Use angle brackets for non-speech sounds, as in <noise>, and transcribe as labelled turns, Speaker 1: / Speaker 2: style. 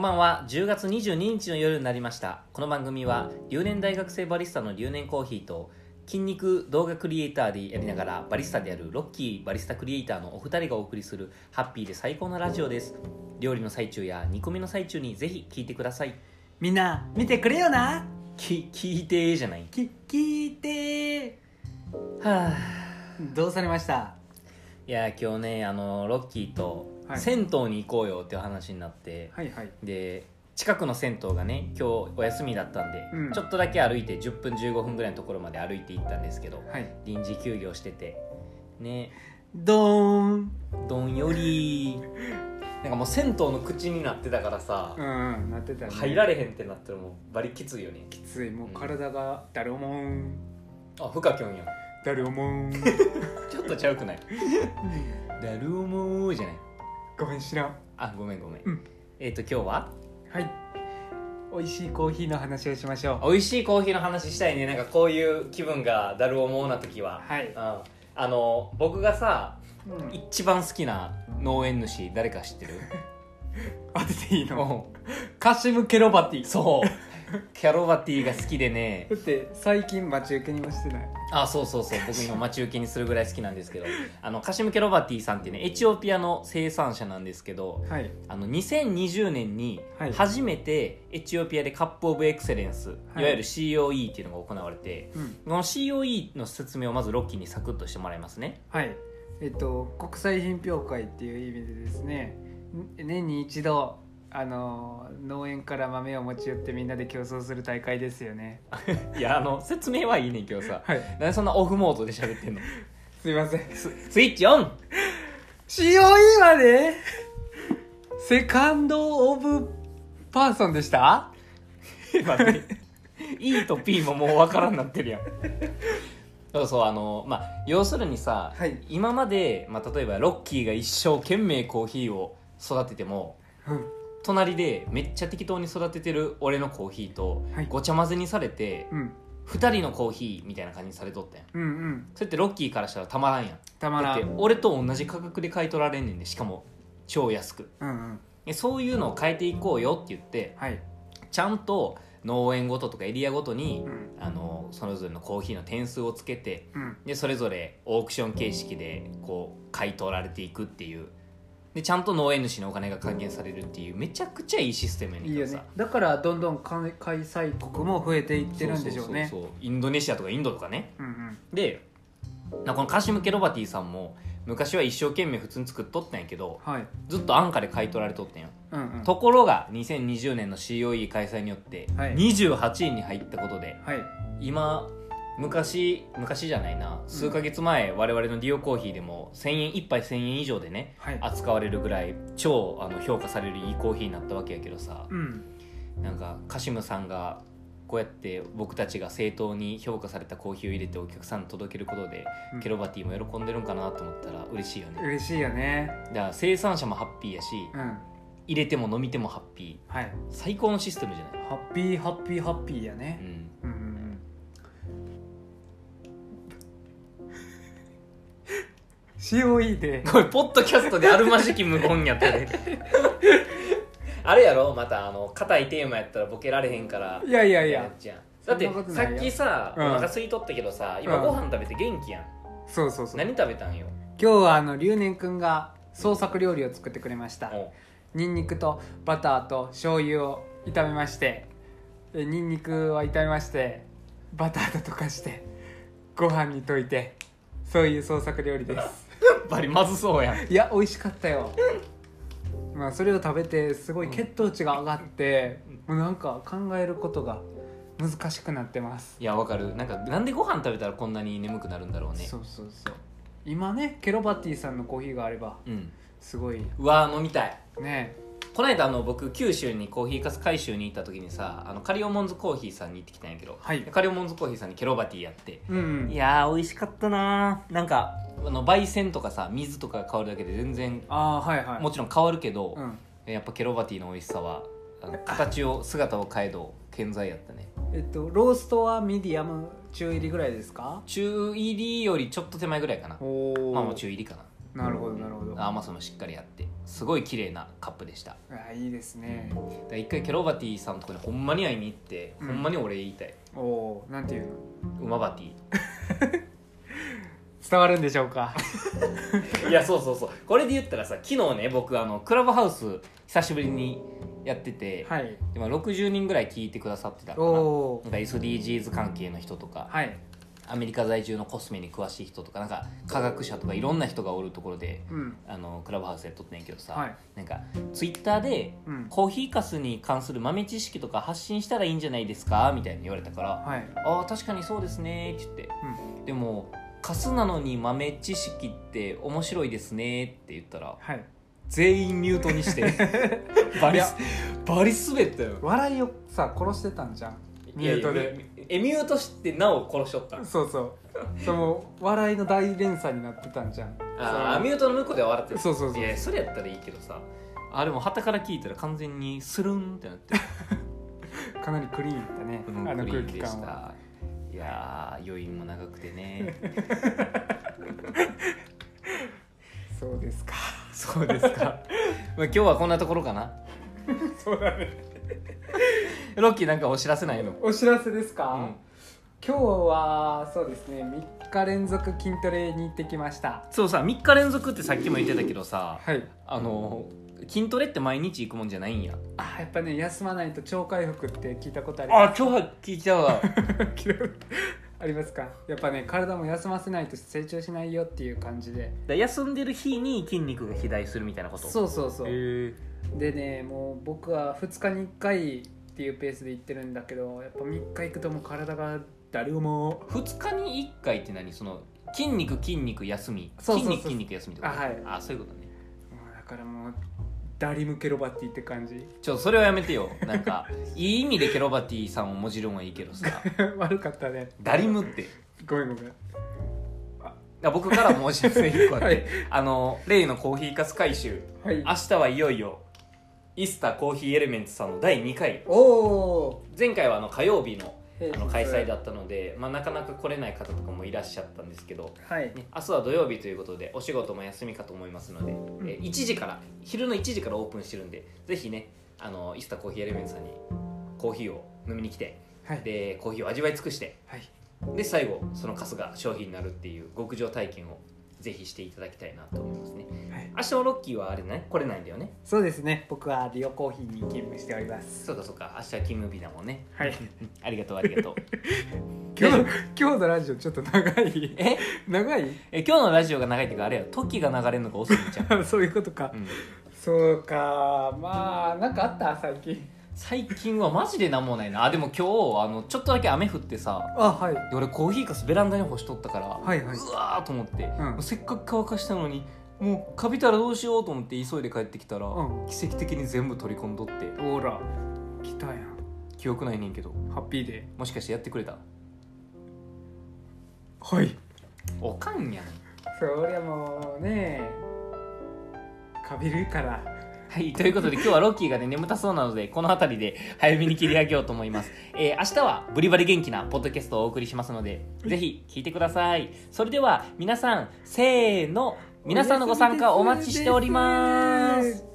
Speaker 1: ばんは10月22日の夜になりましたこの番組は留年大学生バリスタの留年コーヒーと筋肉動画クリエイターでやりながらバリスタであるロッキーバリスタクリエイターのお二人がお送りするハッピーで最高のラジオです料理の最中や煮込みの最中にぜひ聞いてください
Speaker 2: みんな見てくれよな
Speaker 1: き聞いてーじゃない
Speaker 2: き聞いて
Speaker 1: はあ
Speaker 2: どうされました
Speaker 1: いやー今日ねあのロッキーと
Speaker 2: はい
Speaker 1: 銭湯に行こうよっていう話になって、
Speaker 2: はいはい
Speaker 1: で近くの銭湯がね今日お休みだったんで、
Speaker 2: うん
Speaker 1: ちょっとだけ歩いて10分15分ぐらいのところまで歩いて行ったんですけど
Speaker 2: はい
Speaker 1: 臨時休業しててね
Speaker 2: どーん
Speaker 1: どんよ
Speaker 2: <laughs>
Speaker 1: りなんかもう銭湯の口になってたからさ、
Speaker 2: うんうんなってたね
Speaker 1: 入られへんってなったらもうバリきついよね
Speaker 2: きついもう体が誰思うん
Speaker 1: あふかきょんやん
Speaker 2: 誰思うん
Speaker 1: ちょっとちゃうくないだるおもーじゃない
Speaker 2: <laughs> ごめん知らん
Speaker 1: あごめんごめん、
Speaker 2: うん
Speaker 1: えっ、と今日は
Speaker 2: はい美味しいコーヒーの話をしましょう
Speaker 1: 美味しいコーヒーの話したいねなんかこういう気分がだるおもーな時は、
Speaker 2: はい
Speaker 1: うん、あの僕がさ
Speaker 2: うん
Speaker 1: 一番好きな農園主誰か知って
Speaker 2: <laughs>
Speaker 1: る
Speaker 2: 当てていいの
Speaker 1: うん
Speaker 2: カシムケロバティ
Speaker 1: そうキャロバティが好きでね
Speaker 2: だって最近待ち受けにもしてない
Speaker 1: あそうそうそう僕今待ち受けにするぐらい好きなんですけどあのカシム・ケロバティさんってねエチオピアの生産者なんですけど
Speaker 2: はい
Speaker 1: あの2020年に
Speaker 2: はい
Speaker 1: 初めてエチオピアでカップ・オブ・エクセレンス、
Speaker 2: はい
Speaker 1: い、わゆる COE っていうのが行われて
Speaker 2: うん
Speaker 1: この COE の説明をまずロッキーにサクッとしてもらいますね
Speaker 2: はい、えっと、国際品評会っていう意味でですねん年に一度あの農園から豆を持ち寄ってみんなで競争する大会ですよね
Speaker 1: いやあの説明はいいねんけどさ
Speaker 2: はい
Speaker 1: なんでそんなオフモードで喋ってんの
Speaker 2: すいません
Speaker 1: ススイッチオン
Speaker 2: COE はねセカンド・オブ・パーソンでした
Speaker 1: 待って E と P ももう分からんなってるやんそうそうあのまあ要するにさ、
Speaker 2: はい
Speaker 1: 今まで、まあ、例えばロッキーが一生懸命コーヒーを育てても
Speaker 2: うん
Speaker 1: 隣でめっちゃ適当に育ててる俺のコーヒーと、
Speaker 2: はい
Speaker 1: ごちゃ混ぜにされて
Speaker 2: うん
Speaker 1: 2人のコーヒーみたいな感じにされとったやん
Speaker 2: うんうん
Speaker 1: それってロッキーからしたらたまらんやん
Speaker 2: たまら
Speaker 1: だって
Speaker 2: ん
Speaker 1: 俺と同じ価格で買い取られんねんでしかも超安く
Speaker 2: うんうん
Speaker 1: でそういうのを変えていこうよって言って
Speaker 2: はい、
Speaker 1: ちゃんと農園ごととかエリアごとに
Speaker 2: うん
Speaker 1: あのそれぞれのコーヒーの点数をつけて
Speaker 2: うん、
Speaker 1: でそれぞれオークション形式でこう買い取られていくっていうでちゃんと農園主のお金が還元されるっていうめちゃくちゃいいシステムやねん
Speaker 2: いい
Speaker 1: け
Speaker 2: よ
Speaker 1: どさ
Speaker 2: ねだからどんどん開開催国も増えていってるんでしょうね
Speaker 1: そうそうそうそうインドネシアとかインドとかね
Speaker 2: うんうん
Speaker 1: でなこのカシム・ケロバティさんも昔は一生懸命普通に作っとったんやけど
Speaker 2: はい
Speaker 1: ずっと安価で買い取られとったんや、
Speaker 2: うんうん
Speaker 1: ところが2020年の COE 開催によって
Speaker 2: はい
Speaker 1: 28位に入ったことで
Speaker 2: はい
Speaker 1: 今昔昔じゃないな数ヶ月前、我々のディオコーヒーでも1000円1杯1000円以上でね
Speaker 2: はい
Speaker 1: 扱われるぐらい超あの評価されるいいコーヒーになったわけやけどさ
Speaker 2: うん
Speaker 1: なんかカシムさんがこうやって僕たちが正当に評価されたコーヒーを入れてお客さんに届けることで、
Speaker 2: うん
Speaker 1: ケロバティも喜んでるんかなと思ったら嬉しいよね
Speaker 2: 嬉しいよね
Speaker 1: だから生産者もハッピーやし
Speaker 2: うん
Speaker 1: 入れても飲みてもハッピー
Speaker 2: はい
Speaker 1: 最高のシステムじゃない、
Speaker 2: ハッピーハッピーハッピーや
Speaker 1: う
Speaker 2: ね
Speaker 1: ん、
Speaker 2: うんうん <laughs> うん COE で
Speaker 1: <laughs> これポッドキャストであるまじき無言やったね <laughs> あれやろまたあの硬いテーマやったらボケられへんから
Speaker 2: いやいや
Speaker 1: い
Speaker 2: いや
Speaker 1: じゃんだ
Speaker 2: そ
Speaker 1: っ
Speaker 2: ん
Speaker 1: て
Speaker 2: なこと
Speaker 1: さ
Speaker 2: ない
Speaker 1: っ
Speaker 2: よ
Speaker 1: きさ、
Speaker 2: うん
Speaker 1: お腹空いとったけどさ今
Speaker 2: うん
Speaker 1: ご飯食べて元気やん、
Speaker 2: そうそうそう今
Speaker 1: 何食べた <laughs> んよ
Speaker 2: 日はあの留年くんが創作料理を作ってくれました
Speaker 1: も
Speaker 2: ニンニクとバターと醤油を炒めましてえニンニクは炒めましてバターと溶かしてご飯に溶いてそういう創作料理です
Speaker 1: うバリまずそうやん
Speaker 2: いや美味しかったよまあそれを食べてすごい血糖値が上がってもうなんか考えることが難しくなってます、
Speaker 1: いやわかるなんかなんでご飯食べたらこんなに眠くなるんだろうね
Speaker 2: そうそうそう今ねケロバティさんのコーヒーがあれば
Speaker 1: うん
Speaker 2: すごいう
Speaker 1: わ飲みたい
Speaker 2: ね
Speaker 1: この間あの僕九州にコーヒーかす回収に行った時にさあのカリオモンズコーヒーさんに行ってきたんやけど、
Speaker 2: はい
Speaker 1: カリオモンズコーヒーさんにケロバティやって
Speaker 2: うん
Speaker 1: いやー美味しかったなーなんかあの焙煎とかさ水とかが変わるだけで全然
Speaker 2: ああーはいはい
Speaker 1: もちろん変わるけど
Speaker 2: う、ん、
Speaker 1: やっぱケロバティの美味しさはあの形を姿を変えど健在やったね
Speaker 2: えっとローストはミディアム中入りぐらいですか
Speaker 1: 中入りよりちょっと手前ぐらいかな
Speaker 2: おお
Speaker 1: まあもう中入りかな
Speaker 2: なるほどなるほどあ
Speaker 1: 甘さもしっかりあってすごい綺麗なカップでした
Speaker 2: いいですね
Speaker 1: だから一回キャロバティさんのとこにほんまに会いに行って、
Speaker 2: うん
Speaker 1: ほんまにお礼言いたい
Speaker 2: おおーなんていうの
Speaker 1: 馬バティ
Speaker 2: 伝わるんでしょうか
Speaker 1: いやそうそうそうこれで言ったらさ昨日ね僕あのクラブハウス久しぶりにやってて、
Speaker 2: はい
Speaker 1: でまあ60人ぐらい聞いてくださってたか
Speaker 2: お
Speaker 1: らなん
Speaker 2: おー
Speaker 1: か SDGs 関係の人とか
Speaker 2: はい
Speaker 1: アメリカ在住のコスメに詳しい人とかなんか科学者とかいろんな人がおるところで
Speaker 2: うん
Speaker 1: あのクラブハウスで撮ってんけどさ、
Speaker 2: はい
Speaker 1: なんかツイッターで
Speaker 2: うん
Speaker 1: コーヒーかすに関する豆知識とか発信したらいいんじゃないですかみたいに言われたから
Speaker 2: はい
Speaker 1: 「ああ確かにそうですね」って言って「でもかすなのに豆知識って面白いですね」って言ったら
Speaker 2: はい
Speaker 1: 全員ミュートに
Speaker 2: <laughs>
Speaker 1: してバリスバリ滑ったよ
Speaker 2: 笑いをさ殺してたんじゃんミュート
Speaker 1: いやい
Speaker 2: で
Speaker 1: やえミュートしてなお殺しとった
Speaker 2: そうそうその笑いの大連鎖になってたんじゃん
Speaker 1: あーミュートの向こうでは笑ってる
Speaker 2: そうそうそう
Speaker 1: いやそれやったらいいけどさあれも旗から聞いたら完全にスルンってなって
Speaker 2: そうかなりクリーンだねあ
Speaker 1: ク
Speaker 2: の
Speaker 1: リー
Speaker 2: 空
Speaker 1: ン
Speaker 2: 気
Speaker 1: でし
Speaker 2: 感は
Speaker 1: たいやー余韻も長くてね
Speaker 2: そうですか
Speaker 1: <laughs>
Speaker 2: <laughs>
Speaker 1: そうですか <laughs> まあ今日はこんなところかな
Speaker 2: そうだね
Speaker 1: ロッキーなんかお知らせないの
Speaker 2: お知らせです
Speaker 1: う
Speaker 2: か、
Speaker 1: ん
Speaker 2: 今日はそうですね3日連続筋トレに行ってきました
Speaker 1: そうさ3日連続ってさっきも言ってたけどさ
Speaker 2: はい
Speaker 1: あの筋トレって毎日行くもんじゃないんや
Speaker 2: あやっぱね休まないと超回復って聞いたことあり
Speaker 1: あ今日は聞いちゃ <laughs> うわ
Speaker 2: <laughs> ありますかやっぱね体も休ませないと成長しないよっていう感じで
Speaker 1: 休んでる日に筋肉が肥大するみたいなこと
Speaker 2: そうそうそう、
Speaker 1: へえ
Speaker 2: でねもう僕は2日に1回っていうペースで行ってるんだけどやっぱ3日行くともう体が誰も
Speaker 1: 2日に1回って何その筋肉筋肉休み
Speaker 2: そう
Speaker 1: 筋
Speaker 2: そうそう
Speaker 1: 肉筋肉休みってこと
Speaker 2: あはい
Speaker 1: あそういうことね
Speaker 2: もうだからもうダリムケロバティって感じ <laughs>
Speaker 1: ちょそれはやめてよなんかいい意味でケロバティさんをもじるんはいいけどさ
Speaker 2: 悪かったね
Speaker 1: ダリムって
Speaker 2: ごめんごめん
Speaker 1: あ僕からもお知らせ1個あって、
Speaker 2: はい
Speaker 1: あの例のコーヒーかす回収
Speaker 2: はい
Speaker 1: 明日はいよいよイスタコーヒーエレメンツさんの第2回
Speaker 2: おお
Speaker 1: 前回はあの火曜日のあの開催だ
Speaker 2: っ
Speaker 1: ったので、まあ、なかなか来れない方とかもいらっしゃったんですけど、
Speaker 2: たはい
Speaker 1: ね、明日は土曜日ということでお仕事も休みかと思いますので、
Speaker 2: ん
Speaker 1: えー1時から昼の1時からオープンしてるんでぜひねあのイスタコーヒーエレメンツさんにコーヒーを飲みに来て
Speaker 2: はい
Speaker 1: でコーヒーを味わい尽くして
Speaker 2: はい
Speaker 1: で最後そのカスが商品になるっていう極上体験をぜひしていただきたいなと思いますね
Speaker 2: はい
Speaker 1: 明日のロッキーはあれね来れないんだよね
Speaker 2: そうですね僕はリオコーヒーに勤務しております
Speaker 1: そうかそうか明日はキムビだもんね
Speaker 2: <laughs> はい
Speaker 1: うんありがとうありがとう
Speaker 2: <laughs> 今日の今日のラジオちょっと長い
Speaker 1: え
Speaker 2: <laughs> 長い
Speaker 1: え今日のラジオが長いっていうかあれよ時が流れるのが遅いじゃん、
Speaker 2: そういうことか、
Speaker 1: うん、
Speaker 2: そうかまあなんかあった最近
Speaker 1: 最近はマジで何もないなあでも今日あのちょっとだけ雨降ってさ
Speaker 2: あはい
Speaker 1: で俺コーヒーかすベランダに干しとったから、
Speaker 2: はいはいう
Speaker 1: わーと思って、
Speaker 2: うん
Speaker 1: せっかく乾かしたのにもうカビたらどうしようと思って急いで帰ってきたら、
Speaker 2: うん
Speaker 1: 奇跡的に全部取り込んどって
Speaker 2: ほら来たやん
Speaker 1: 記憶ないねんけど
Speaker 2: ハッピーで
Speaker 1: もしかしてやってくれた
Speaker 2: はい
Speaker 1: おかんやん
Speaker 2: そりゃもうねかびるから
Speaker 1: はい、ということで今日はロッキーがね眠たそうなのでこの辺りで早めに切り上げようと思い
Speaker 2: <laughs>
Speaker 1: ます、えー明日はブリバリ元気なポッドキャストをお送りしますのでぜひ聞いてくださいそれでは皆さんせーの皆さんのご参加お待ちしております